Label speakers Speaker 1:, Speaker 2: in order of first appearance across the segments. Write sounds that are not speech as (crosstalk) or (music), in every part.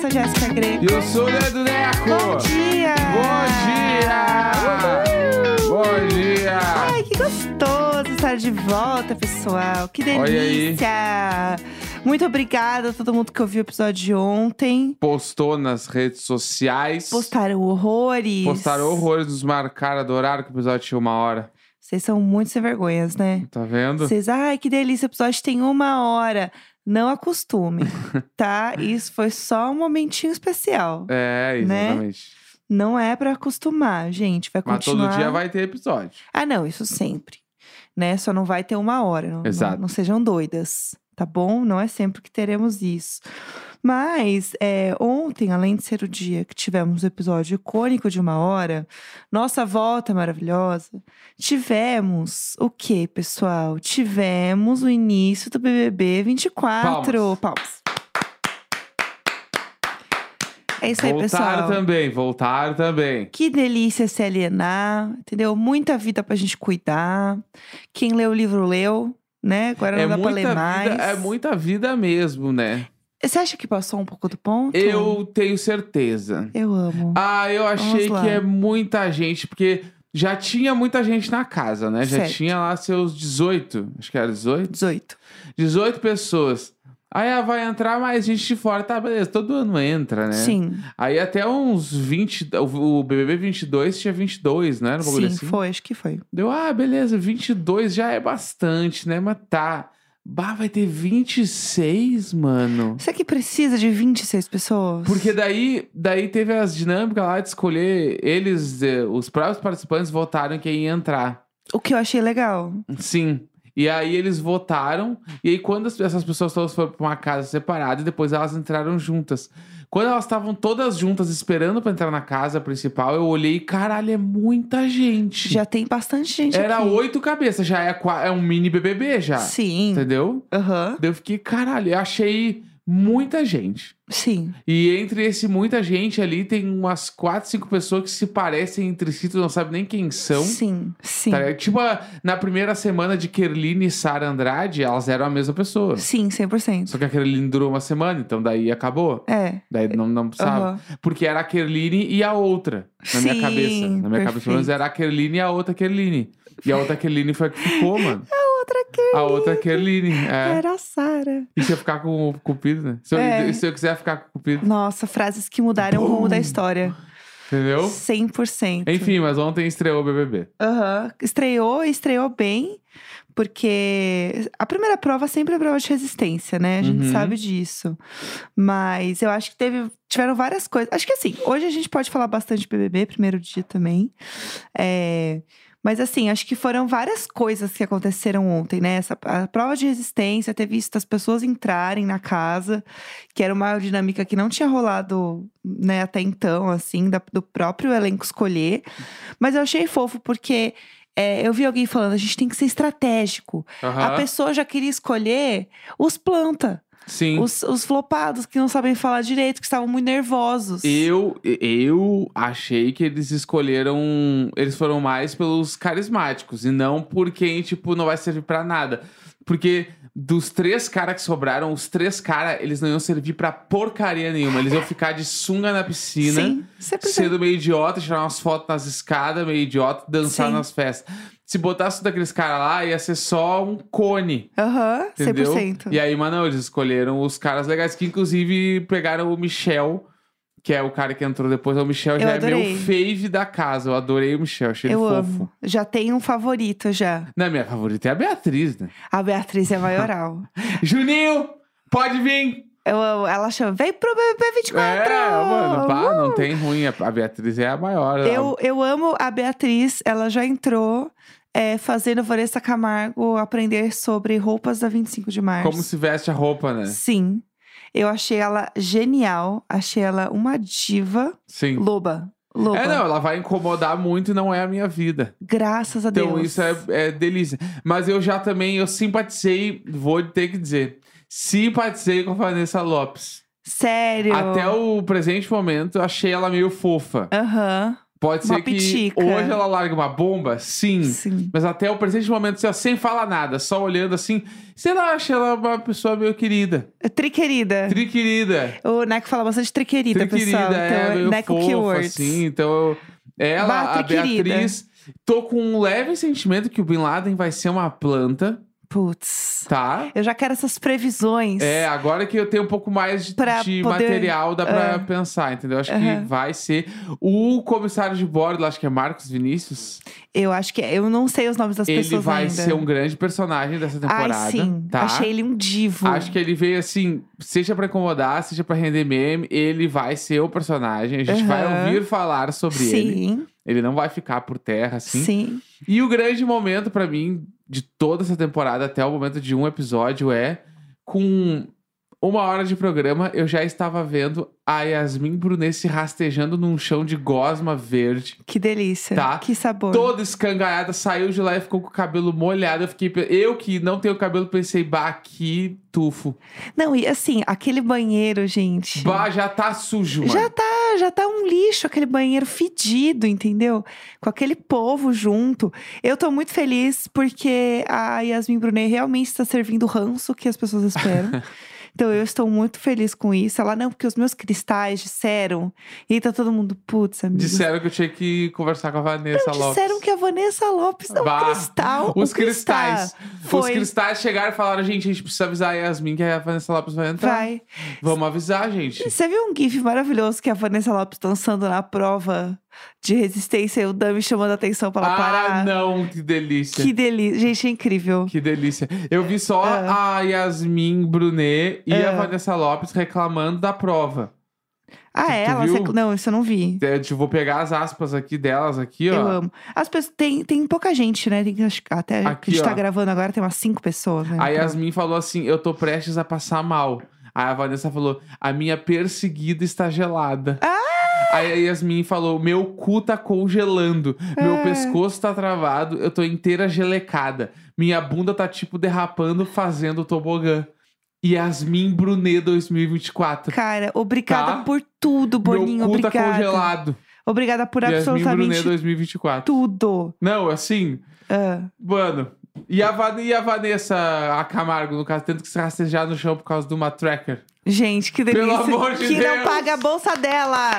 Speaker 1: é Jéssica Greco.
Speaker 2: Eu sou o Leandro Neco.
Speaker 1: Bom dia!
Speaker 2: Bom dia! Bom dia!
Speaker 1: Ai, que gostoso estar de volta, pessoal. Que delícia!
Speaker 2: Olha aí.
Speaker 1: Muito obrigada a todo mundo que ouviu o episódio de ontem.
Speaker 2: Postou nas redes sociais.
Speaker 1: Postaram horrores.
Speaker 2: Postaram horrores, nos marcaram, adoraram que o episódio tinha uma hora.
Speaker 1: Vocês são muito sem vergonhas, né?
Speaker 2: Tá vendo?
Speaker 1: Vocês, ai, que delícia, o episódio tem uma hora. Não
Speaker 2: (laughs)
Speaker 1: acostumem, tá? Isso foi só um momentinho especial.
Speaker 2: É,
Speaker 1: Né?
Speaker 2: exatamente.
Speaker 1: Não é pra acostumar, gente. Vai
Speaker 2: Mas
Speaker 1: continuar.
Speaker 2: todo dia vai ter episódio.
Speaker 1: Ah, não, isso sempre. Né? Só não vai ter uma hora. Não, não-
Speaker 2: Exato.
Speaker 1: Não, sejam doidas, tá bom? Não é sempre que teremos isso. Mas é, ontem, além de ser o dia que tivemos o episódio icônico de uma hora, nossa volta maravilhosa, tivemos o quê, pessoal? Tivemos o início do BBB 24. Palmas. É isso aí,
Speaker 2: voltaram
Speaker 1: pessoal.
Speaker 2: também, voltaram também.
Speaker 1: Que delícia se alienar, entendeu? Muita vida pra gente cuidar. Quem leu o livro leu, né? Agora não dá pra ler
Speaker 2: É vida,
Speaker 1: mais.
Speaker 2: é muita vida mesmo, né?
Speaker 1: Você acha que passou um pouco do ponto?
Speaker 2: Eu tenho certeza.
Speaker 1: Eu amo.
Speaker 2: Ah, eu achei
Speaker 1: lá.
Speaker 2: que é muita gente, porque já tinha muita gente na casa, né? Já
Speaker 1: Certo.
Speaker 2: tinha lá seus 18, acho que era 18?
Speaker 1: 18.
Speaker 2: 18 pessoas. Aí ah, vai entrar mais gente de fora, tá? Beleza, todo ano entra, né?
Speaker 1: Sim,
Speaker 2: Aí até uns 20, o o BBB 22 tinha 22, né? Era um bagulho
Speaker 1: sim,
Speaker 2: assim.
Speaker 1: foi, acho que foi.
Speaker 2: Deu, ah, beleza, 22 já é bastante, né? Mas tá. Bah, vai ter 26, mano.
Speaker 1: Você que precisa de 26 pessoas?
Speaker 2: Porque daí, daí teve as dinâmicas lá de escolher eles, eh, os próprios participantes votaram quem ia entrar.
Speaker 1: O que eu achei legal.
Speaker 2: Sim. E aí eles votaram, e aí quando as- essas pessoas todas foram pra uma casa separada, e depois elas entraram juntas. Quando elas estavam todas juntas esperando pra entrar na casa principal, eu olhei e caralho, é muita gente.
Speaker 1: Já tem bastante gente
Speaker 2: Era
Speaker 1: aqui.
Speaker 2: oito cabeças, já é, qua- é um mini BBB já.
Speaker 1: Sim.
Speaker 2: Entendeu?
Speaker 1: Aham.
Speaker 2: Daí eu fiquei, caralho, eu achei muita gente.
Speaker 1: Sim.
Speaker 2: E entre esse muita gente ali, tem umas quatro, cinco pessoas que se parecem entre si, tu não sabe nem quem são.
Speaker 1: sim. Sim.
Speaker 2: Então, Tá ligado? Tipo, a- na primeira semana de Kerline e Sara Andrade, elas eram a mesma pessoa.
Speaker 1: Sim, 100%.
Speaker 2: Só que a Kerline durou uma semana, então daí acabou.
Speaker 1: É.
Speaker 2: Daí não, não sabe.
Speaker 1: Aham.
Speaker 2: Porque era a Kerline e a outra. Na minha
Speaker 1: Sim,
Speaker 2: cabeça. Na minha cabeça, pelo menos,
Speaker 1: perfeito.
Speaker 2: era a Kerline e a outra Kerline. E a outra Kerline foi a que
Speaker 1: (laughs)
Speaker 2: ficou, mano.
Speaker 1: Outra que
Speaker 2: A outra Kerline. É.
Speaker 1: era a Sara.
Speaker 2: E se eu ficar com o Cupido, né? Se eu,
Speaker 1: É.
Speaker 2: e se eu quiser ficar com o Cupido,
Speaker 1: Nossa, frases que mudaram o rumo da história.
Speaker 2: entendeu?
Speaker 1: 100%.
Speaker 2: (laughs) Enfim, mas ontem estreou o BBB.
Speaker 1: Aham. Estreou e estreou bem, porque a primeira prova sempre é prova de resistência, né? A gente
Speaker 2: Uhum.
Speaker 1: sabe disso. Mas eu acho que teve, tiveram várias coisas. Acho que assim, hoje a gente pode falar bastante de BBB, primeiro dia também. É, Mas assim, acho que foram várias coisas que aconteceram ontem, né? Essa, a prova de resistência, ter visto as pessoas entrarem na casa, que era uma dinâmica que não tinha rolado né, até então, assim, da- do próprio elenco escolher. Mas eu achei fofo, porque é, eu vi alguém falando, a gente tem que ser estratégico. A
Speaker 2: Aham.
Speaker 1: pessoa já queria escolher os planta,
Speaker 2: Sim.
Speaker 1: os, os flopados, que não sabem falar direito, que estavam muito nervosos.
Speaker 2: Eu, eu achei que eles escolheram. Eles foram mais pelos carismáticos e não por quem, tipo, não vai servir pra nada. Porque dos três caras que sobraram, os três caras, eles não iam servir pra porcaria nenhuma. Eles iam ficar de sunga na piscina,
Speaker 1: Sim, é sempre tem.
Speaker 2: sendo meio idiota, tirar umas fotos nas escadas, meio idiota, dançar
Speaker 1: Sim.
Speaker 2: nas festas. Se botasse tudo aqueles caras lá, ia ser só um cone.
Speaker 1: Aham,
Speaker 2: Entendeu?
Speaker 1: 100%.
Speaker 2: E aí, mano, eles escolheram os caras legais, que inclusive pegaram o Michel, que é o cara que entrou depois. O Michel já é
Speaker 1: adorei.
Speaker 2: meu fave da casa. Eu adorei o Michel, achei
Speaker 1: Eu
Speaker 2: ele fofo.
Speaker 1: amo. Já tem um favorito já.
Speaker 2: Não, minha favorita é a Beatriz, né?
Speaker 1: A Beatriz é
Speaker 2: (laughs)
Speaker 1: maioral.
Speaker 2: Juninho, pode vir!
Speaker 1: Eu amo. Ela chama, vem pro BBB 24!
Speaker 2: É, mano, pá, não
Speaker 1: Uh!
Speaker 2: tem ruim. A a Beatriz é a maior. ela-
Speaker 1: Eu, eu amo a Beatriz, ela já entrou é, fazendo Vanessa Camargo aprender sobre roupas da 25 de março.
Speaker 2: Como se veste a roupa, né?
Speaker 1: Sim. Eu achei ela genial, achei ela uma diva.
Speaker 2: Sim.
Speaker 1: Loba. Loba.
Speaker 2: É, não, ela vai incomodar muito e não é a minha vida.
Speaker 1: Graças a
Speaker 2: Então
Speaker 1: Deus.
Speaker 2: isso é, é delícia. Mas eu já também, eu simpatizei, vou ter que dizer, simpatizei com a Vanessa Lopes.
Speaker 1: Sério.
Speaker 2: Até o presente momento, eu achei ela meio fofa.
Speaker 1: Aham.
Speaker 2: Pode
Speaker 1: Uma
Speaker 2: ser que
Speaker 1: pitica.
Speaker 2: hoje ela largue uma bomba, sim.
Speaker 1: Sim.
Speaker 2: Mas até o presente momento, assim, ó, sem falar nada, só olhando assim, você não acha ela uma pessoa meio querida.
Speaker 1: É Triquerida.
Speaker 2: Tri querida.
Speaker 1: O Neco fala bastante triquerida,
Speaker 2: Tri querida,
Speaker 1: pessoal.
Speaker 2: é,
Speaker 1: então,
Speaker 2: meio
Speaker 1: Neco
Speaker 2: fofa,
Speaker 1: Keywords.
Speaker 2: assim. Então, eu- ela,
Speaker 1: Bah,
Speaker 2: a
Speaker 1: tri querida.
Speaker 2: Beatriz. Tô com um leve sentimento que o Bin Laden vai ser uma planta,
Speaker 1: Putz.
Speaker 2: tá?
Speaker 1: Eu já quero essas previsões.
Speaker 2: É, agora que eu tenho um pouco mais de,
Speaker 1: Pra
Speaker 2: de
Speaker 1: poder-
Speaker 2: material, dá pra
Speaker 1: É.
Speaker 2: pensar, entendeu? Acho que
Speaker 1: Aham.
Speaker 2: vai ser. O comissário de bordo, acho que é Marcos Vinícius,
Speaker 1: Eu acho que. é, Eu não sei os nomes das
Speaker 2: ele
Speaker 1: pessoas
Speaker 2: vai
Speaker 1: ainda.
Speaker 2: ser um grande personagem dessa temporada.
Speaker 1: Ai, sim.
Speaker 2: Tá?
Speaker 1: Achei ele um divo.
Speaker 2: Acho que ele veio assim, seja pra incomodar, seja pra render meme, ele vai ser o personagem. A gente
Speaker 1: Aham.
Speaker 2: vai ouvir falar é sobre ele.
Speaker 1: sim,
Speaker 2: Ele não vai ficar por terra, assim.
Speaker 1: sim,
Speaker 2: E o grande momento pra mim de toda essa temporada até o momento de um episódio é com uma hora de programa eu já estava vendo a Yasmin Brunet se rastejando num chão de gosma verde,
Speaker 1: Que delícia.
Speaker 2: Tá.
Speaker 1: Que sabor.
Speaker 2: toda escangalhada, saiu de lá e ficou com o cabelo molhado. Eu fiquei, pe- eu que não tenho cabelo, pensei, bah, que tufo.
Speaker 1: Não, e assim, aquele banheiro, gente.
Speaker 2: Bah, já tá sujo, mano.
Speaker 1: Já tá, já tá um lixo aquele banheiro fedido, entendeu? Com aquele povo junto. Eu tô muito feliz porque a Yasmin Brunet realmente está servindo o ranço que as pessoas
Speaker 2: (laughs)
Speaker 1: esperam. Então eu estou muito feliz com isso. Ela não, porque os meus cristais disseram. E aí tá todo mundo, putz, amigo.
Speaker 2: Disseram que eu tinha que conversar com a Vanessa Lopes.
Speaker 1: disseram que a Vanessa Lopes é um
Speaker 2: Bah,
Speaker 1: cristal.
Speaker 2: Os
Speaker 1: um cristal.
Speaker 2: cristais. Os
Speaker 1: Foi.
Speaker 2: cristais chegaram e falaram, gente, a gente precisa avisar a Yasmin que a Vanessa Lopes vai entrar.
Speaker 1: Vai.
Speaker 2: Vamos avisar, gente.
Speaker 1: Você viu um gif maravilhoso que a Vanessa Lopes dançando na prova de resistência e o Dami chamando a atenção pra ela
Speaker 2: ah,
Speaker 1: parar?
Speaker 2: não, que delícia.
Speaker 1: Que É.
Speaker 2: Que...
Speaker 1: delícia. Gente, é incrível.
Speaker 2: delícia. Eu vi só a Yasmin Brunet e a
Speaker 1: Ah.
Speaker 2: Vanessa Lopes reclamando da prova.
Speaker 1: Ah, é?
Speaker 2: tu
Speaker 1: ela?
Speaker 2: viu?
Speaker 1: sec- Não, isso eu não vi.
Speaker 2: Eu te- vou pegar as aspas aqui delas, aqui,
Speaker 1: Eu
Speaker 2: ó.
Speaker 1: amo. As pessoas. Tem, tem pouca gente, né? Tem, acho que até
Speaker 2: Aqui,
Speaker 1: que a gente
Speaker 2: ó.
Speaker 1: tá gravando agora, tem umas cinco pessoas, né?
Speaker 2: A Yasmin falou assim: Eu tô prestes a passar mal. Aí a Vanessa falou: A minha perseguida está gelada.
Speaker 1: Ah!
Speaker 2: Aí a Yasmin falou: Meu cu tá congelando, meu
Speaker 1: Ah.
Speaker 2: pescoço tá travado, eu tô inteira gelecada. Minha bunda tá tipo derrapando, fazendo tobogã. Yasmin Brunet 2024.
Speaker 1: Cara, obrigada
Speaker 2: Tá.
Speaker 1: por tudo, Boninho.
Speaker 2: meu cu tá
Speaker 1: obrigada.
Speaker 2: congelado.
Speaker 1: obrigada por
Speaker 2: Yasmin Brunet
Speaker 1: absolutamente
Speaker 2: 2024.
Speaker 1: tudo.
Speaker 2: Não, assim,
Speaker 1: Ah,
Speaker 2: mano. E a, Van- e a Vanessa, a Camargo, no caso, tendo que se rastejar no chão por causa de uma tracker.
Speaker 1: gente, que delícia.
Speaker 2: Pelo amor de
Speaker 1: que não
Speaker 2: Deus.
Speaker 1: paga a bolsa dela.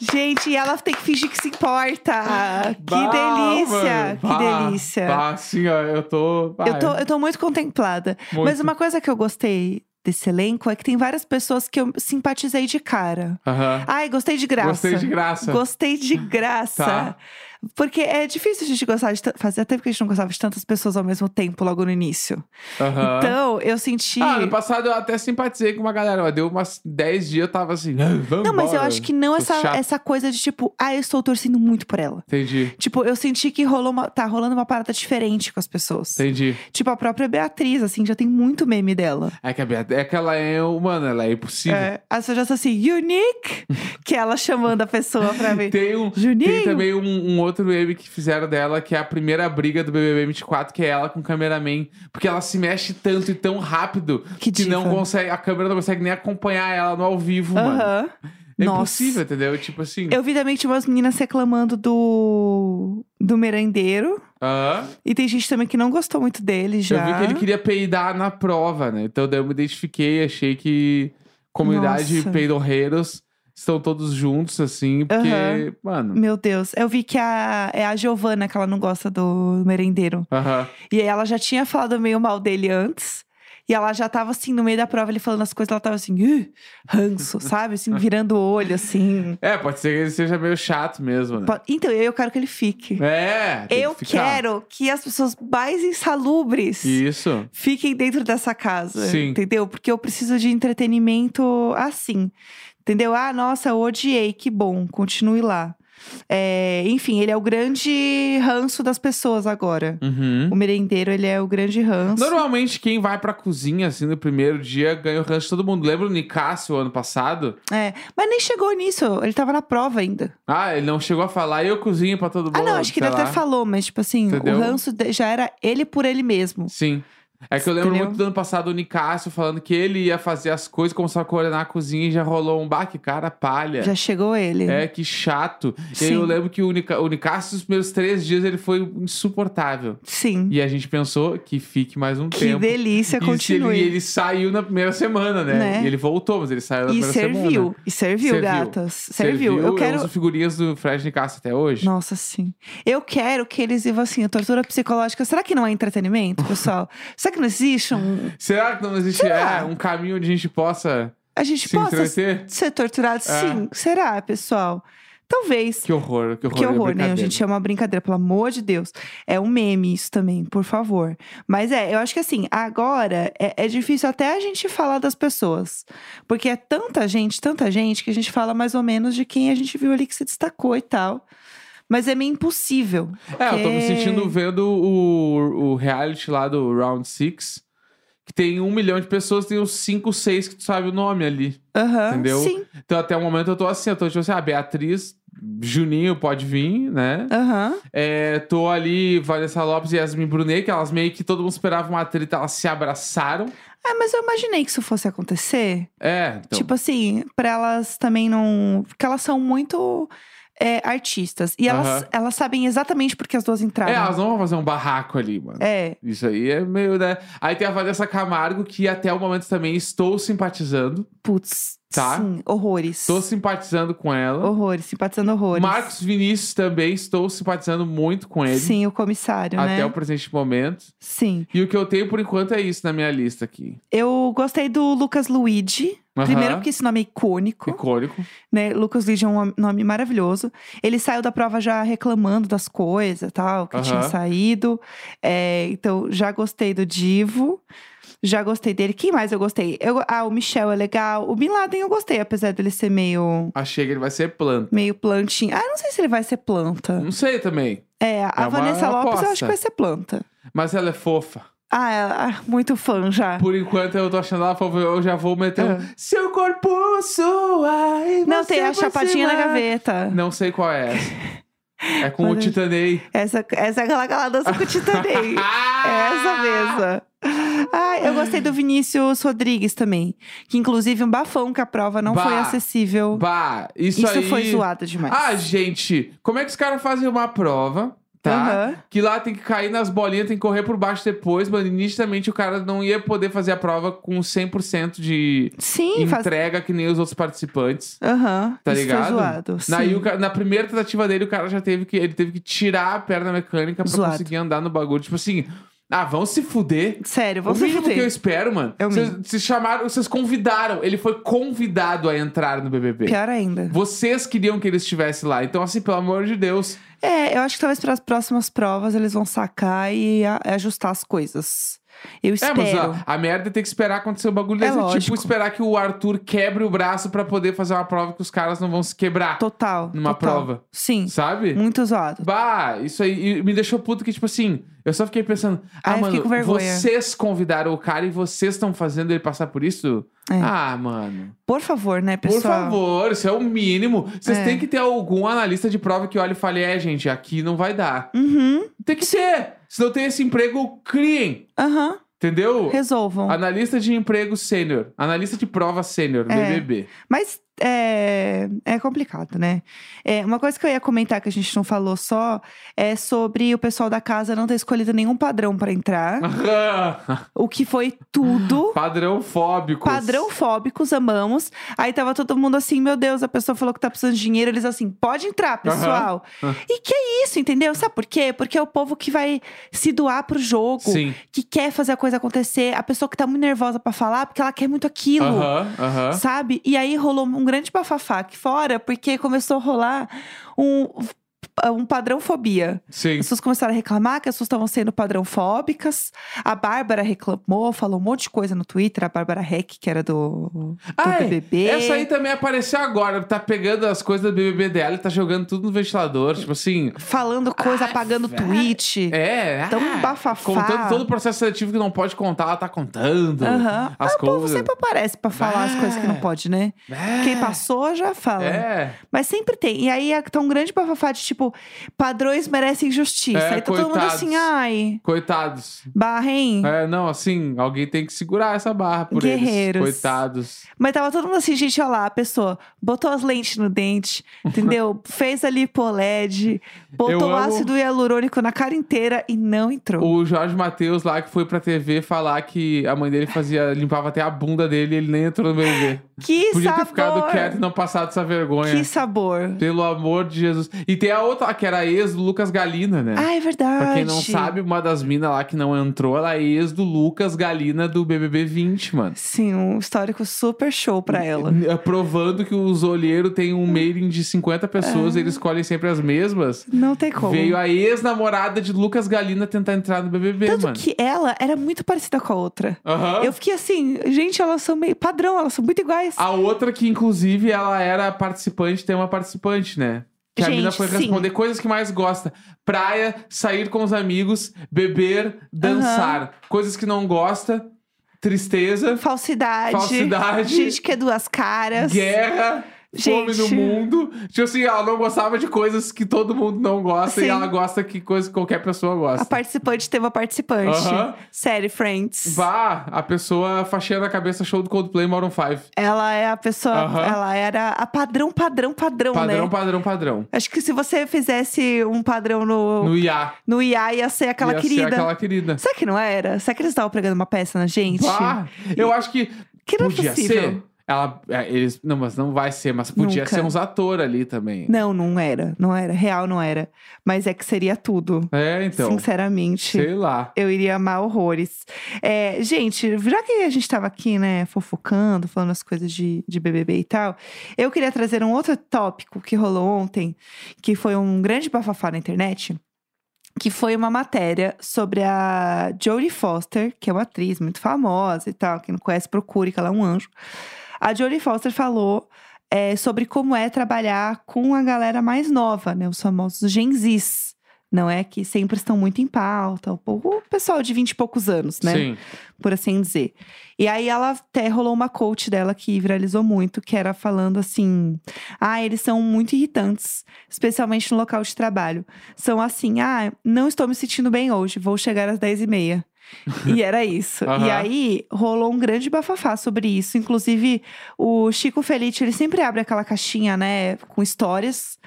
Speaker 1: Gente, e ela tem que fingir que se importa.
Speaker 2: Bah,
Speaker 1: Ah, que delícia.
Speaker 2: mano,
Speaker 1: que
Speaker 2: bah,
Speaker 1: delícia.
Speaker 2: Bah, assim, ó, eu tô. bah, é
Speaker 1: Eu tô, eu tô muito contemplada.
Speaker 2: muito-
Speaker 1: Mas uma coisa que eu gostei desse elenco é que tem várias pessoas que eu simpatizei de cara.
Speaker 2: Aham.
Speaker 1: Ai, gostei de graça.
Speaker 2: Gostei de graça.
Speaker 1: Gostei de graça.
Speaker 2: Tá.
Speaker 1: Porque é difícil a gente gostar de. tan- Fazia tempo que a gente não gostava de tantas pessoas ao mesmo tempo, logo no início.
Speaker 2: Aham.
Speaker 1: Então, eu senti.
Speaker 2: Ah, ano passado eu até simpatizei com uma galera, mas deu umas 10 dias, eu tava assim, "Ah, vamos
Speaker 1: não, mas eu
Speaker 2: embora."
Speaker 1: acho que não
Speaker 2: Tô
Speaker 1: essa,
Speaker 2: chato.
Speaker 1: essa coisa de tipo, ah, eu estou torcendo muito por ela.
Speaker 2: Entendi,
Speaker 1: Tipo, eu senti que rolou uma, tá rolando uma parada diferente com as pessoas.
Speaker 2: entendi.
Speaker 1: Tipo, a própria Beatriz, assim, já tem muito meme dela.
Speaker 2: É que, a Beat- é que ela é humana, ela é impossível.
Speaker 1: É, as pessoas assim, unique, que é ela chamando a pessoa pra ver.
Speaker 2: Tem, um,
Speaker 1: (laughs)
Speaker 2: tem
Speaker 1: Juninho!
Speaker 2: também um, um outro meme que fizeram dela, que é a primeira briga do BBB 24, que é ela com o cameraman. Porque ela se mexe tanto e tão rápido
Speaker 1: Que
Speaker 2: que não
Speaker 1: diva.
Speaker 2: consegue, a câmera não consegue nem acompanhar ela no ao vivo, mano.
Speaker 1: Aham.
Speaker 2: É
Speaker 1: Nossa.
Speaker 2: impossível, entendeu? Tipo assim.
Speaker 1: Eu vi também que tinha umas meninas reclamando do. do merendeiro.
Speaker 2: aham.
Speaker 1: E tem gente também que não gostou muito dele já.
Speaker 2: Eu vi que ele queria peidar na prova, né? Então daí eu me identifiquei, achei que comunidade
Speaker 1: Nossa.
Speaker 2: peidorreiros estão todos juntos, assim, porque,
Speaker 1: Aham.
Speaker 2: mano.
Speaker 1: Meu Deus, eu vi que a, é a Giovana que ela não gosta do merendeiro.
Speaker 2: Aham.
Speaker 1: E aí ela já tinha falado meio mal dele antes. E ela já tava assim, no meio da prova, ele falando as coisas, ela tava assim, "Ih, ranço, sabe?
Speaker 2: (laughs)
Speaker 1: Assim, virando o olho, assim.
Speaker 2: É, pode ser que ele seja meio chato mesmo, né?
Speaker 1: Po- Então, eu quero que ele fique.
Speaker 2: É. tem
Speaker 1: Eu
Speaker 2: que ficar.
Speaker 1: quero que as pessoas mais insalubres
Speaker 2: Isso.
Speaker 1: fiquem dentro dessa casa.
Speaker 2: Sim.
Speaker 1: Entendeu? Porque eu preciso de entretenimento assim. Entendeu? Ah, nossa, eu odiei, que bom, continue lá. É, enfim, ele é o grande ranço das pessoas agora.
Speaker 2: Uhum.
Speaker 1: O merendeiro, ele é o grande ranço.
Speaker 2: Normalmente, quem vai pra cozinha, assim, no primeiro dia, ganha o rancho de todo mundo. Lembra o Nicásio ano passado?
Speaker 1: É, mas nem chegou nisso, ele tava na prova ainda.
Speaker 2: Ah, ele não chegou a falar, eu cozinho pra todo mundo.
Speaker 1: ah, não, acho que
Speaker 2: sei
Speaker 1: ele até
Speaker 2: lá.
Speaker 1: falou, mas tipo assim,
Speaker 2: Entendeu?
Speaker 1: o ranço de- já era ele por ele mesmo.
Speaker 2: Sim. É que eu lembro
Speaker 1: Entendeu?
Speaker 2: muito do ano passado o Nicásio falando que ele ia fazer as coisas, começou a coordenar a cozinha e já rolou um baque, cara, palha.
Speaker 1: Já chegou ele.
Speaker 2: É, que chato. E aí eu
Speaker 1: Sim.
Speaker 2: lembro que o, Nica, o Nicásio, nos primeiros três dias, ele foi insuportável.
Speaker 1: Sim.
Speaker 2: E a gente pensou que fique mais um
Speaker 1: Que
Speaker 2: tempo.
Speaker 1: delícia,
Speaker 2: E se ele,
Speaker 1: continue.
Speaker 2: ele saiu na primeira semana, né?
Speaker 1: Né?
Speaker 2: E ele voltou, mas ele saiu na
Speaker 1: E
Speaker 2: primeira semana.
Speaker 1: serviu. E serviu,
Speaker 2: Serviu.
Speaker 1: gatas. Serviu. Eu quero.
Speaker 2: uso figurinhas do Fred Nicasso até hoje.
Speaker 1: Nossa, sim. Eu quero que eles vivam assim, tortura psicológica. Será que não é entretenimento, pessoal? Será que não existe um.
Speaker 2: Será que não existe
Speaker 1: Será?
Speaker 2: é, um caminho onde a gente possa
Speaker 1: A gente
Speaker 2: se
Speaker 1: possa
Speaker 2: entreter?
Speaker 1: ser torturado? Sim. Será, pessoal? Talvez.
Speaker 2: Que horror, que horror.
Speaker 1: Que
Speaker 2: é
Speaker 1: horror, né?
Speaker 2: brincadeira.
Speaker 1: Gente, é uma brincadeira, pelo amor de Deus. É um meme isso também, por favor. Mas é, eu acho que assim, agora é, é difícil até a gente falar das pessoas. Porque é tanta gente, tanta gente, que a gente fala mais ou menos de quem a gente viu ali que se destacou e tal. Mas é meio impossível.
Speaker 2: É, eu tô me
Speaker 1: porque-
Speaker 2: sentindo vendo o, o reality lá do Round Six que tem um milhão de pessoas, tem uns cinco, seis que tu sabe o nome ali.
Speaker 1: Aham,
Speaker 2: Entendeu?
Speaker 1: Sim,
Speaker 2: Então até o momento eu tô assim, eu tô tipo assim, ah, Beatriz, Juninho pode vir, né?
Speaker 1: aham.
Speaker 2: É, tô ali, Vanessa Lopes e Yasmin Brunet, que elas meio que todo mundo esperava uma treta, elas se abraçaram.
Speaker 1: Ah, mas eu imaginei que isso fosse acontecer.
Speaker 2: É, então.
Speaker 1: Tipo assim, pra elas também não. Porque elas são muito. é, artistas. E elas,
Speaker 2: Aham.
Speaker 1: elas sabem exatamente porque as duas entraram.
Speaker 2: é, elas não vão fazer um barraco ali, mano.
Speaker 1: É,
Speaker 2: Isso aí é meio, né? Aí tem a Vanessa Camargo, que até o momento também estou simpatizando.
Speaker 1: putz.
Speaker 2: Tá.
Speaker 1: Sim, horrores.
Speaker 2: Estou simpatizando com ela.
Speaker 1: Horrores, simpatizando horrores.
Speaker 2: Marcos Vinícius também estou simpatizando muito com ele.
Speaker 1: Sim, o comissário,
Speaker 2: até
Speaker 1: né?
Speaker 2: o presente momento.
Speaker 1: Sim.
Speaker 2: E o que eu tenho por enquanto é isso na minha lista aqui.
Speaker 1: Eu gostei do Lucas Luigi.
Speaker 2: Aham.
Speaker 1: Primeiro porque esse nome é icônico,
Speaker 2: Icônico.
Speaker 1: né? Lucas Luigi é um nome maravilhoso. Ele saiu da prova já reclamando das coisas, tal, que
Speaker 2: Aham.
Speaker 1: tinha saído. É, então, já gostei do Divo. Já gostei dele. Quem mais eu gostei? Eu- ah, o Michel é legal. O Bin Laden eu gostei, apesar dele ser meio,
Speaker 2: Achei que ele vai ser plano.
Speaker 1: meio plantinho. Ah, eu não sei se ele vai ser planta.
Speaker 2: Não sei também.
Speaker 1: É, a
Speaker 2: É uma
Speaker 1: Vanessa Lopes eu acho
Speaker 2: aposta.
Speaker 1: que vai ser planta.
Speaker 2: Mas ela é fofa.
Speaker 1: Ah, ela- ah, muito fã já.
Speaker 2: Por enquanto eu tô achando ela fofa. Eu já vou meter um.
Speaker 1: Ah.
Speaker 2: Seu corpo soa. e
Speaker 1: Não,
Speaker 2: você
Speaker 1: tem a
Speaker 2: vai né? se
Speaker 1: chapadinha na
Speaker 2: amar."
Speaker 1: gaveta.
Speaker 2: Não sei qual é essa. É com o
Speaker 1: (laughs) Mas-
Speaker 2: Titanei.
Speaker 1: Essa, essa é aquela que ela dança com o
Speaker 2: (laughs)
Speaker 1: Titanei.
Speaker 2: Ah!
Speaker 1: É essa mesma. Ah, eu gostei do Vinícius Rodrigues também. Que inclusive um bafão que a prova não foi
Speaker 2: Bah.
Speaker 1: acessível.
Speaker 2: Bah, isso,
Speaker 1: Isso,
Speaker 2: aí.
Speaker 1: foi zoado demais.
Speaker 2: Ah, gente, como é que os caras fazem uma prova, tá?
Speaker 1: Aham.
Speaker 2: Que lá tem que cair nas bolinhas, tem que correr por baixo depois, mano. E nitidamente o cara não ia poder fazer a prova com 100% de
Speaker 1: Sim, faz.
Speaker 2: entrega que nem os outros participantes.
Speaker 1: Aham.
Speaker 2: Tá
Speaker 1: Isso
Speaker 2: ligado?
Speaker 1: foi zoado. Sim.
Speaker 2: Daí o ca- na primeira tentativa dele, o cara já teve que. Ele teve que tirar a perna mecânica pra
Speaker 1: Zoado.
Speaker 2: conseguir andar no bagulho. Tipo assim, ah, vão se fuder.
Speaker 1: Sério,
Speaker 2: O
Speaker 1: vamos
Speaker 2: mínimo que eu
Speaker 1: ver.
Speaker 2: espero, mano.
Speaker 1: É o
Speaker 2: Vocês
Speaker 1: mínimo.
Speaker 2: vocês chamaram, vocês convidaram. Ele foi convidado a entrar no BBB.
Speaker 1: Pior ainda.
Speaker 2: Vocês queriam que ele estivesse lá. Então, assim, pelo amor de Deus.
Speaker 1: É, eu acho que talvez para as próximas provas eles vão sacar e a- ajustar as coisas. Eu
Speaker 2: É, mas
Speaker 1: espero.
Speaker 2: a, a merda é ter que esperar acontecer o bagulho
Speaker 1: É
Speaker 2: desse. tipo
Speaker 1: lógico.
Speaker 2: esperar que o Arthur quebre o braço pra poder fazer uma prova que os caras não vão se quebrar,
Speaker 1: Total.
Speaker 2: Numa
Speaker 1: total.
Speaker 2: prova.
Speaker 1: Sim.
Speaker 2: sabe?
Speaker 1: Muito zoado.
Speaker 2: Bah, isso aí e me deixou puto que, tipo assim, eu só fiquei pensando, ah,
Speaker 1: Ah, eu
Speaker 2: mano,
Speaker 1: fiquei com vergonha.
Speaker 2: vocês convidaram o cara e vocês estão fazendo ele passar por isso?
Speaker 1: É.
Speaker 2: Ah, mano,
Speaker 1: Por favor, né, pessoal?
Speaker 2: por favor, isso é o mínimo. Vocês
Speaker 1: É.
Speaker 2: têm que ter algum analista de prova que olhe e fale, é, gente, aqui não vai dar.
Speaker 1: Uhum.
Speaker 2: Tem que ser! Se não tem esse emprego, criem,
Speaker 1: Aham.
Speaker 2: entendeu?
Speaker 1: Resolvam.
Speaker 2: Analista de emprego sênior. Analista de prova sênior,
Speaker 1: É.
Speaker 2: BBB.
Speaker 1: Mas é, é complicado, né? É, uma coisa que eu ia comentar que a gente não falou só é sobre o pessoal da casa não ter escolhido nenhum padrão pra
Speaker 2: (laughs)
Speaker 1: entrar, o que foi tudo.
Speaker 2: (laughs) Padrão fóbico.
Speaker 1: Padrão fóbicos, amamos. Aí tava todo mundo assim, meu Deus, a pessoa falou que tá precisando de dinheiro. Eles assim, pode entrar, pessoal.
Speaker 2: Aham.
Speaker 1: E que é isso, entendeu? Sabe por quê? Porque é o povo que vai se doar pro jogo,
Speaker 2: Sim.
Speaker 1: que quer fazer a coisa acontecer. A pessoa que tá muito nervosa pra falar, porque ela quer muito aquilo.
Speaker 2: Aham, aham.
Speaker 1: Sabe? E aí rolou um grande bafafá aqui fora, porque começou a rolar um, um padrão fobia.
Speaker 2: Sim.
Speaker 1: As pessoas começaram a reclamar que as pessoas estavam sendo padrão fóbicas. A Bárbara reclamou, falou um monte de coisa no Twitter, a Bárbara Heck, que era do, do
Speaker 2: Ah, é.
Speaker 1: BBB.
Speaker 2: Essa aí também apareceu agora. Tá pegando as coisas do BBB dela e tá jogando tudo no ventilador. Tipo assim.
Speaker 1: Falando coisa,
Speaker 2: Ai,
Speaker 1: apagando
Speaker 2: velho.
Speaker 1: tweet.
Speaker 2: É.
Speaker 1: Tão
Speaker 2: ah,
Speaker 1: bafafá.
Speaker 2: Contando todo o processo seletivo que não pode contar, ela tá contando.
Speaker 1: Aham.
Speaker 2: As
Speaker 1: Ah, o povo
Speaker 2: coisas.
Speaker 1: sempre aparece pra falar as coisas que não
Speaker 2: Ah.
Speaker 1: pode, né?
Speaker 2: É.
Speaker 1: Quem passou já fala.
Speaker 2: É.
Speaker 1: Mas sempre tem. E aí é- tá um grande bafafá de tipo, tipo, padrões merecem justiça.
Speaker 2: É,
Speaker 1: Aí tá todo mundo
Speaker 2: coitados.
Speaker 1: assim, ai,
Speaker 2: Coitados.
Speaker 1: barra, hein?
Speaker 2: É, não, assim, alguém tem que segurar essa barra por
Speaker 1: Guerreiros.
Speaker 2: eles. Coitados.
Speaker 1: Mas tava todo mundo assim, gente, olha lá, a pessoa botou as lentes no
Speaker 2: (laughs)
Speaker 1: dente, entendeu? Fez a lipoled, botou
Speaker 2: amo-
Speaker 1: ácido hialurônico na cara inteira e não entrou.
Speaker 2: O Jorge Matheus lá que foi pra TV falar que a mãe dele fazia, limpava até a bunda dele e ele nem entrou no BBB.
Speaker 1: Que
Speaker 2: Podia
Speaker 1: sabor!
Speaker 2: ter ficado é quieto e não passado essa vergonha.
Speaker 1: que sabor!
Speaker 2: Pelo amor de Jesus. E tem a outra, que era ex do Lucas Galina, né?
Speaker 1: Ah, é verdade.
Speaker 2: Pra quem não sabe, uma das minas lá que não entrou, ela é ex do Lucas Galina do BBB 20, mano.
Speaker 1: Sim, um histórico super show pra ela.
Speaker 2: É, Provando que os olheiros têm um mailing de 50 pessoas, eles escolhem sempre as mesmas.
Speaker 1: Não tem Ah. como.
Speaker 2: Veio a ex-namorada de Lucas Galina tentar entrar no BBB,
Speaker 1: Tanto
Speaker 2: mano.
Speaker 1: que ela era muito parecida com a outra.
Speaker 2: Aham.
Speaker 1: Eu fiquei assim, gente, elas são meio padrão, elas são muito iguais.
Speaker 2: A outra que, inclusive, ela era participante, tem uma participante, né? Que a
Speaker 1: Gente,
Speaker 2: mina foi
Speaker 1: sim.
Speaker 2: responder coisas que mais gosta. Praia, sair com os amigos, beber, dançar. Coisas que não gosta, tristeza,
Speaker 1: Falsidade.
Speaker 2: Falsidade.
Speaker 1: Gente que é duas caras.
Speaker 2: guerra, fome no
Speaker 1: Gente.
Speaker 2: mundo. Tipo assim, ela não gostava de coisas que todo mundo não gosta e
Speaker 1: Sim.
Speaker 2: ela gosta que coisa que qualquer pessoa
Speaker 1: A
Speaker 2: gosta.
Speaker 1: participante teve a participante.
Speaker 2: Aham.
Speaker 1: Série Friends.
Speaker 2: Bah, a pessoa faixinha na cabeça, show do Coldplay, Maroon 5.
Speaker 1: Ela é a pessoa.
Speaker 2: Aham.
Speaker 1: Ela era a padrão, padrão, padrão,
Speaker 2: Padrão,
Speaker 1: né?
Speaker 2: padrão, padrão.
Speaker 1: Acho que se você fizesse um padrão no, no...
Speaker 2: No IA.
Speaker 1: IA, ia ser aquela
Speaker 2: ia ser
Speaker 1: querida.
Speaker 2: aquela querida.
Speaker 1: Será que não era? Será que eles estavam pregando uma peça na gente?
Speaker 2: Bah, eu acho que
Speaker 1: que não é
Speaker 2: podia
Speaker 1: possível.
Speaker 2: ser. Ela, é, eles, não, mas não vai ser, mas podia
Speaker 1: Nunca.
Speaker 2: ser uns atores ali também.
Speaker 1: Não, não era. Não era. Real não era. Mas é que seria tudo.
Speaker 2: É, então.
Speaker 1: Sinceramente.
Speaker 2: Sei lá.
Speaker 1: Eu iria amar horrores. É, gente, já que a gente tava aqui, né, fofocando, falando as coisas de, de BBB e tal, eu queria trazer um outro tópico que rolou ontem, que foi um grande bafafá na internet, que foi uma matéria sobre a Jodie Foster, que é uma atriz muito famosa e tal, quem não conhece, procure, que ela é um anjo. A Jodie Foster falou é, sobre como é trabalhar com a galera mais nova, né, os famosos Gen Zs. Não é que sempre estão muito em pauta, o po- o pessoal de 20 e poucos anos, né?
Speaker 2: Sim.
Speaker 1: Por assim dizer. E aí ela até rolou uma coach dela que viralizou muito, que era falando assim: ah, eles são muito irritantes, especialmente no local de trabalho. São assim, ah, não estou me sentindo bem hoje, vou chegar às 10h30. E era isso.
Speaker 2: Aham.
Speaker 1: E aí rolou um grande bafafá sobre isso. Inclusive, o Chico Felice, ele sempre abre aquela caixinha, né, com histórias.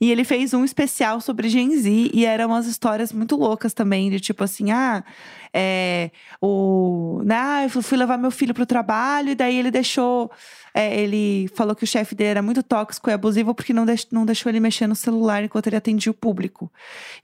Speaker 1: E ele fez um especial sobre Gen Z. E eram umas histórias muito loucas também, de tipo assim, ah, é, o, né, ah, eu fui levar meu filho pro trabalho e daí ele deixou. é, ele falou que o chefe dele era muito tóxico e abusivo porque não, deix- não deixou ele mexer no celular enquanto ele atendia o público.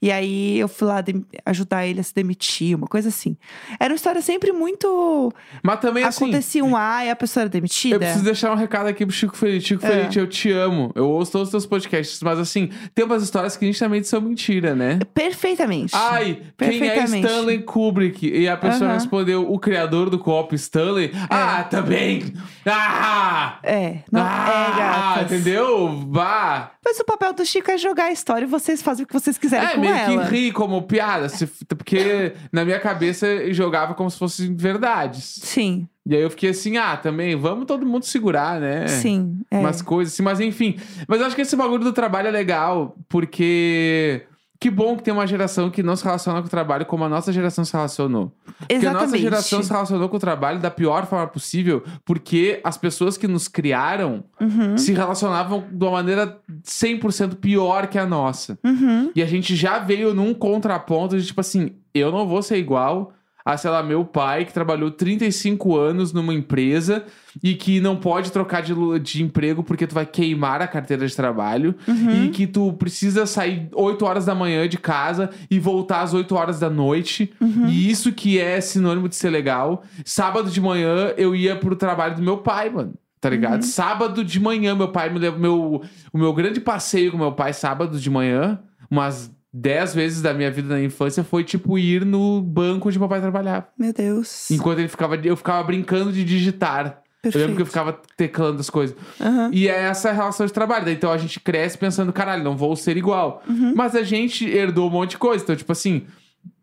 Speaker 1: E aí eu fui lá dem- ajudar ele a se demitir, uma coisa assim. Era uma história sempre muito.
Speaker 2: Mas também assim.
Speaker 1: Acontecia um A e a pessoa era
Speaker 2: Eu
Speaker 1: demitida.
Speaker 2: preciso deixar um recado aqui pro Chico Feliz. Chico
Speaker 1: É.
Speaker 2: Feliz, eu te amo. Eu ouço todos os teus podcasts, mas assim, tem umas histórias que nitidamente são mentira, né?
Speaker 1: Perfeitamente.
Speaker 2: Ai, quem é
Speaker 1: Perfeitamente.
Speaker 2: Stanley Kubrick? E a pessoa
Speaker 1: Aham.
Speaker 2: respondeu, o criador do copo, Stanley. Ah, também! Ah!
Speaker 1: É, não
Speaker 2: ah,
Speaker 1: é, gatas.
Speaker 2: entendeu? Vá!
Speaker 1: Mas o papel do Chico é jogar a história e vocês fazem o que vocês quiserem
Speaker 2: É,
Speaker 1: com
Speaker 2: meio
Speaker 1: ela.
Speaker 2: que ri como piada, se f- porque na minha cabeça jogava como se fossem verdades.
Speaker 1: Sim,
Speaker 2: E aí eu fiquei assim, ah, também, vamos todo mundo segurar, né?
Speaker 1: sim. É.
Speaker 2: Umas coisas assim, mas enfim. Mas eu acho que esse bagulho do trabalho é legal, porque que bom que tem uma geração que não se relaciona com o trabalho como a nossa geração se relacionou. Porque a nossa
Speaker 1: Exatamente.
Speaker 2: geração se relacionou com o trabalho da pior forma possível, porque as pessoas que nos criaram
Speaker 1: Uhum,
Speaker 2: se relacionavam de uma maneira 100% pior que a nossa.
Speaker 1: uhum.
Speaker 2: E a gente já veio num contraponto de tipo assim, eu não vou ser igual a, sei lá, meu pai que trabalhou 35 anos numa empresa e que não pode trocar de, lu- de emprego porque tu vai queimar a carteira de trabalho
Speaker 1: uhum.
Speaker 2: e que tu precisa sair 8 horas da manhã de casa e voltar às 8 horas da noite. E isso que é sinônimo de ser legal. Sábado de manhã eu ia pro trabalho do meu pai, mano. Tá ligado? Sábado de manhã, meu pai me leva. Meu, o meu grande passeio com meu pai, sábado de manhã, umas 10 vezes da minha vida na infância, foi tipo ir no banco onde meu pai trabalhava.
Speaker 1: Meu Deus.
Speaker 2: Enquanto ele ficava. Eu ficava brincando de digitar. Eu lembro que eu ficava teclando as coisas.
Speaker 1: Aham.
Speaker 2: E é essa relação de trabalho. Daí, Então a gente cresce pensando, caralho, não vou ser igual. Mas a gente herdou um monte de coisa. Então, tipo assim,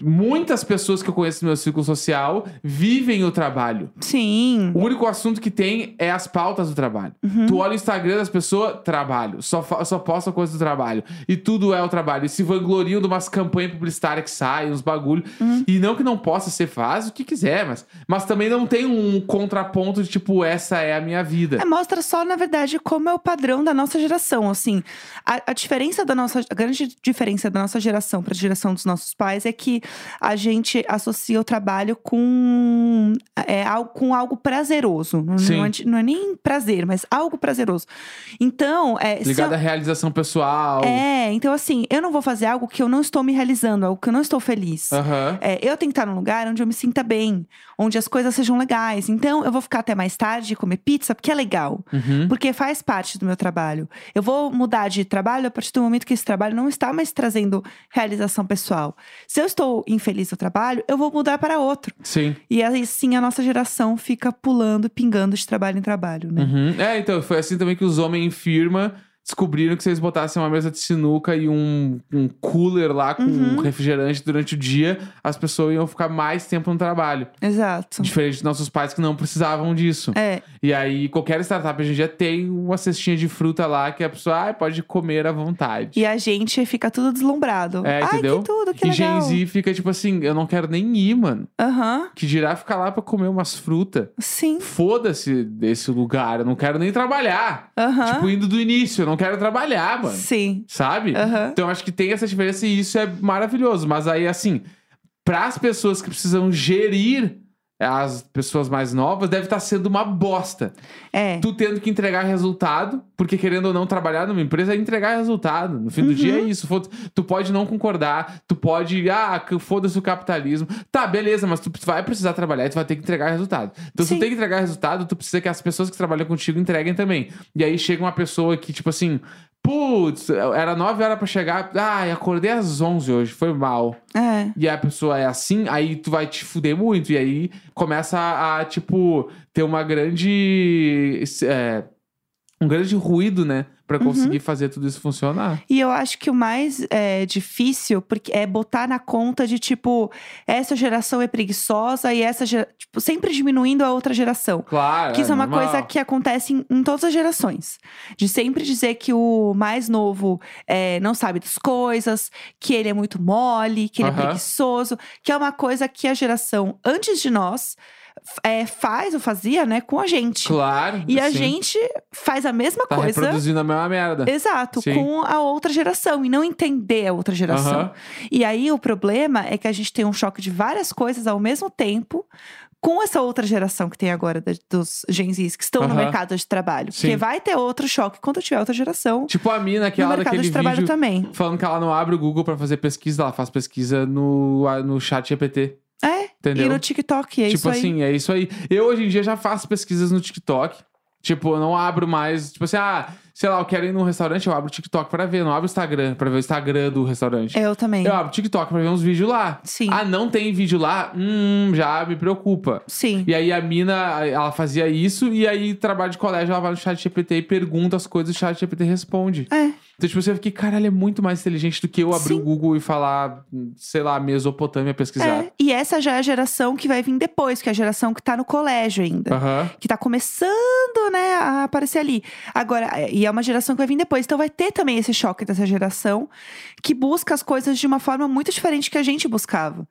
Speaker 2: Muitas pessoas que eu conheço no meu círculo social vivem o trabalho.
Speaker 1: Sim.
Speaker 2: O único assunto que tem é as pautas do trabalho. Tu olha o Instagram das pessoas, trabalho. Só, fa- só posta coisa do trabalho. E tudo é o trabalho. E se vangloriam de umas campanhas publicitárias que saem, uns bagulho. E não que não possa ser, faz o que quiser, mas, mas também não tem um contraponto de tipo, essa é a minha vida.
Speaker 1: É, mostra só, na verdade, como é o padrão da nossa geração. Assim, a, a diferença da nossa. A grande diferença da nossa geração para a geração dos nossos pais é que a gente associa o trabalho com, é, algo, com algo prazeroso. Não,
Speaker 2: Sim.
Speaker 1: não é, de- não é nem prazer, mas algo prazeroso. Então, é, se eu-
Speaker 2: Ligada à realização pessoal.
Speaker 1: é, então assim, eu não vou fazer algo que eu não estou me realizando, algo que eu não estou feliz.
Speaker 2: Aham.
Speaker 1: É, eu tenho que estar num lugar onde eu me sinta bem, onde as coisas sejam legais. Então, eu vou ficar até mais tarde e comer pizza, porque é legal.
Speaker 2: Uhum.
Speaker 1: Porque faz parte do meu trabalho. Eu vou mudar de trabalho a partir do momento que esse trabalho não está mais trazendo realização pessoal. Se eu estou infeliz no trabalho, eu vou mudar para outro.
Speaker 2: Sim.
Speaker 1: E aí sim a nossa geração fica pulando, pingando de trabalho em trabalho, né?
Speaker 2: Uhum. É, então, foi assim também que os homens em firma descobriram que se eles botassem uma mesa de sinuca e um, um cooler lá com
Speaker 1: Uhum.
Speaker 2: refrigerante durante o dia, as pessoas iam ficar mais tempo no trabalho.
Speaker 1: Exato.
Speaker 2: Diferente dos nossos pais que não precisavam disso.
Speaker 1: É,
Speaker 2: E aí, qualquer startup hoje em dia tem uma cestinha de fruta lá que a pessoa ah, pode comer à vontade.
Speaker 1: e a gente fica tudo deslumbrado.
Speaker 2: É, entendeu?
Speaker 1: Ai, que tudo, que
Speaker 2: e
Speaker 1: legal.
Speaker 2: Gen Z fica tipo assim, eu não quero nem ir, mano.
Speaker 1: Aham,
Speaker 2: Que girar ficar lá pra comer umas frutas.
Speaker 1: sim.
Speaker 2: Foda-se desse lugar, eu não quero nem trabalhar.
Speaker 1: Aham,
Speaker 2: Tipo, indo do início, eu não quero trabalhar, mano.
Speaker 1: sim.
Speaker 2: Sabe?
Speaker 1: Aham.
Speaker 2: Então acho que tem essa diferença e isso é maravilhoso. Mas aí, assim, para as pessoas que precisam gerir as pessoas mais novas, deve estar sendo uma bosta.
Speaker 1: É,
Speaker 2: Tu tendo que entregar resultado, porque querendo ou não trabalhar numa empresa é entregar resultado. No fim do dia é
Speaker 1: Uhum.
Speaker 2: isso. Foda- Tu pode não concordar, tu pode, ah, que foda-se o capitalismo. Tá, beleza, mas tu vai precisar trabalhar e tu vai ter que entregar resultado. Então, se
Speaker 1: Sim.
Speaker 2: tu tem que entregar resultado, tu precisa que as pessoas que trabalham contigo entreguem também. E aí chega uma pessoa que, tipo assim. Putz, era 9 horas pra chegar. Ai, acordei às 11 hoje, foi mal.
Speaker 1: é.
Speaker 2: E a pessoa é assim, aí tu vai te fuder muito. E aí começa a, a, tipo, ter uma grande. é, um grande ruído, né? Pra
Speaker 1: Uhum.
Speaker 2: conseguir fazer tudo isso funcionar.
Speaker 1: E eu acho que o mais é, difícil porque é botar na conta de tipo, essa geração é preguiçosa e essa gera- tipo, sempre diminuindo a outra geração.
Speaker 2: Claro.
Speaker 1: Que isso é uma
Speaker 2: normal.
Speaker 1: coisa que acontece em, em todas as gerações. De sempre dizer que o mais novo é, não sabe das coisas, que ele é muito mole, que ele é
Speaker 2: Aham.
Speaker 1: preguiçoso, que é uma coisa que a geração antes de nós f- é, faz ou fazia, né, com a gente.
Speaker 2: Claro.
Speaker 1: E a
Speaker 2: sim.
Speaker 1: gente faz a mesma
Speaker 2: Tá
Speaker 1: coisa.
Speaker 2: reproduzindo a mesma merda.
Speaker 1: Exato,
Speaker 2: Sim.
Speaker 1: com a outra geração e não entender a outra geração.
Speaker 2: Aham.
Speaker 1: E aí o problema é que a gente tem um choque de várias coisas ao mesmo tempo com essa outra geração que tem agora da- dos Gen Zs que estão no
Speaker 2: Aham.
Speaker 1: mercado de trabalho.
Speaker 2: Sim.
Speaker 1: Porque vai ter outro choque quando tiver outra geração
Speaker 2: Tipo a mina que
Speaker 1: no
Speaker 2: ela
Speaker 1: mercado
Speaker 2: daquele
Speaker 1: de trabalho tá-
Speaker 2: vídeo
Speaker 1: também.
Speaker 2: falando que ela não abre o Google pra fazer pesquisa, ela faz pesquisa no, a- no chat GPT.
Speaker 1: É,
Speaker 2: Entendeu?
Speaker 1: e no TikTok, é
Speaker 2: tipo
Speaker 1: isso aí.
Speaker 2: assim, é isso aí. Eu hoje em dia já faço pesquisas no TikTok. Tipo, eu não abro mais. Tipo assim, ah, sei lá, eu quero ir num restaurante, eu abro o TikTok pra ver. Não abro o Instagram pra ver o Instagram do restaurante.
Speaker 1: É, Eu também.
Speaker 2: Eu abro o TikTok pra ver uns vídeos lá.
Speaker 1: Sim.
Speaker 2: Ah, não tem vídeo lá? Hum, já me preocupa.
Speaker 1: Sim.
Speaker 2: E aí a mina, ela fazia isso, e aí trabalho de colégio, ela vai no chat GPT e pergunta as coisas, o chat GPT responde.
Speaker 1: É,
Speaker 2: Então, tipo, você fica, caralho, é muito mais inteligente do que eu abrir
Speaker 1: Sim.
Speaker 2: o Google e falar, sei lá, Mesopotâmia pesquisar.
Speaker 1: é. E essa já é a geração que vai vir depois, que é a geração que tá no colégio ainda.
Speaker 2: Aham.
Speaker 1: que tá começando, né, a aparecer ali. Agora, é- e é uma geração que vai vir depois, então vai ter também esse choque dessa geração que busca as coisas de uma forma muito diferente que a gente buscava.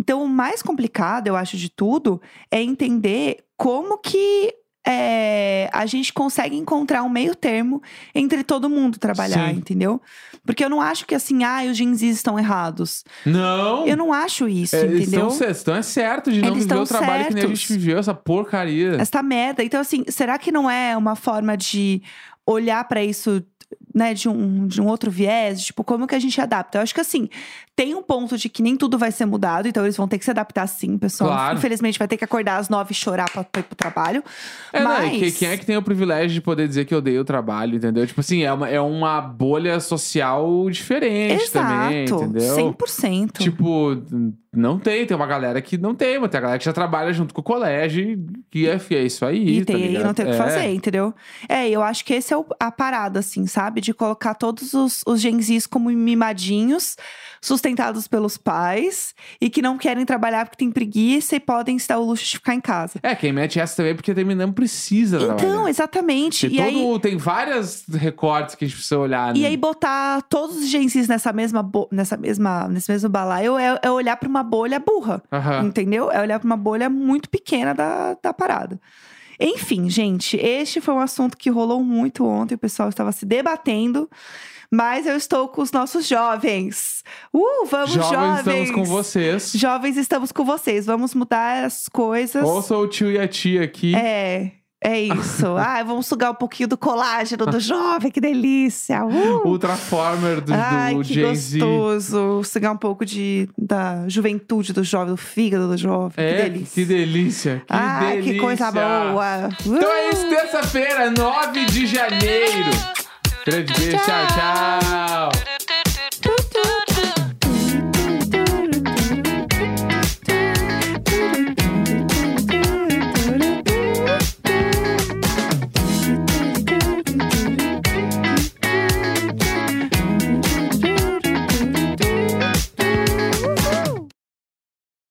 Speaker 1: Então, o mais complicado, eu acho, de tudo é entender como que é, a gente consegue encontrar um meio termo entre todo mundo trabalhar,
Speaker 2: Sim.
Speaker 1: entendeu? Porque eu não acho que assim, ah, os Gen Z estão errados.
Speaker 2: Não!
Speaker 1: Eu não acho isso,
Speaker 2: É, eles
Speaker 1: entendeu?
Speaker 2: estão certos, então é certo de não
Speaker 1: Eles
Speaker 2: viver o
Speaker 1: estão
Speaker 2: trabalho que nem a
Speaker 1: certos.
Speaker 2: gente viveu, essa porcaria.
Speaker 1: essa merda. Então, assim, será que não é uma forma de olhar pra isso, né, de um, de um outro viés? Tipo, como que a gente adapta? Eu acho que, assim, tem um ponto de que nem tudo vai ser mudado, então eles vão ter que se adaptar sim, pessoal.
Speaker 2: Claro.
Speaker 1: Infelizmente, vai ter que acordar às nove e chorar pra, pra ir pro trabalho.
Speaker 2: É,
Speaker 1: mas.
Speaker 2: não, e que- quem é que tem o privilégio de poder dizer que odeia o trabalho, entendeu? Tipo assim, é uma, é uma bolha social diferente também,
Speaker 1: Exato,
Speaker 2: entendeu?
Speaker 1: 100%.
Speaker 2: Tipo, não tem, tem uma galera que não tem, mas tem a galera que já trabalha junto com o colégio e que é, é isso aí.
Speaker 1: E
Speaker 2: tá
Speaker 1: tem, aí
Speaker 2: ligado?
Speaker 1: não tem o que
Speaker 2: É.
Speaker 1: fazer, entendeu? É, eu acho que esse é o- a parada, assim, sabe? de colocar todos os, os genzis como mimadinhos, sustentados pelos pais, e que não querem trabalhar porque tem preguiça e podem se dar o luxo de ficar em casa.
Speaker 2: É, quem mete essa também é porque também não precisa
Speaker 1: Então,
Speaker 2: trabalhar.
Speaker 1: exatamente.
Speaker 2: Tem,
Speaker 1: E aí,
Speaker 2: Tá todo, tem várias recortes que a gente precisa olhar.
Speaker 1: e
Speaker 2: né?
Speaker 1: aí botar todos os genzis nessa mesma, bo- nessa mesma, nesse mesmo balaio é, é olhar para uma bolha burra.
Speaker 2: Aham.
Speaker 1: Entendeu? É olhar para uma bolha muito pequena da, da parada. Enfim, gente, este foi um assunto que rolou muito ontem, o pessoal estava se debatendo, mas eu estou com os nossos jovens. Uh, vamos jovens!
Speaker 2: Jovens, estamos com vocês.
Speaker 1: Jovens, estamos com vocês. Vamos mudar as coisas.
Speaker 2: Ouça o tio e a tia aqui.
Speaker 1: É, é
Speaker 2: (laughs)
Speaker 1: isso. ah, vamos sugar um pouquinho do colágeno do jovem, que delícia. Uh!
Speaker 2: O Transformer do,
Speaker 1: Ai,
Speaker 2: do
Speaker 1: que
Speaker 2: Gen Z.
Speaker 1: gostoso. Sugar um pouco de, da juventude do jovem, do fígado do jovem. que
Speaker 2: É,
Speaker 1: delícia.
Speaker 2: que delícia. Que
Speaker 1: Ah,
Speaker 2: delícia.
Speaker 1: que coisa boa.
Speaker 2: Então é isso, terça-feira, 9 de janeiro. Grande beijo, tchau, tchau.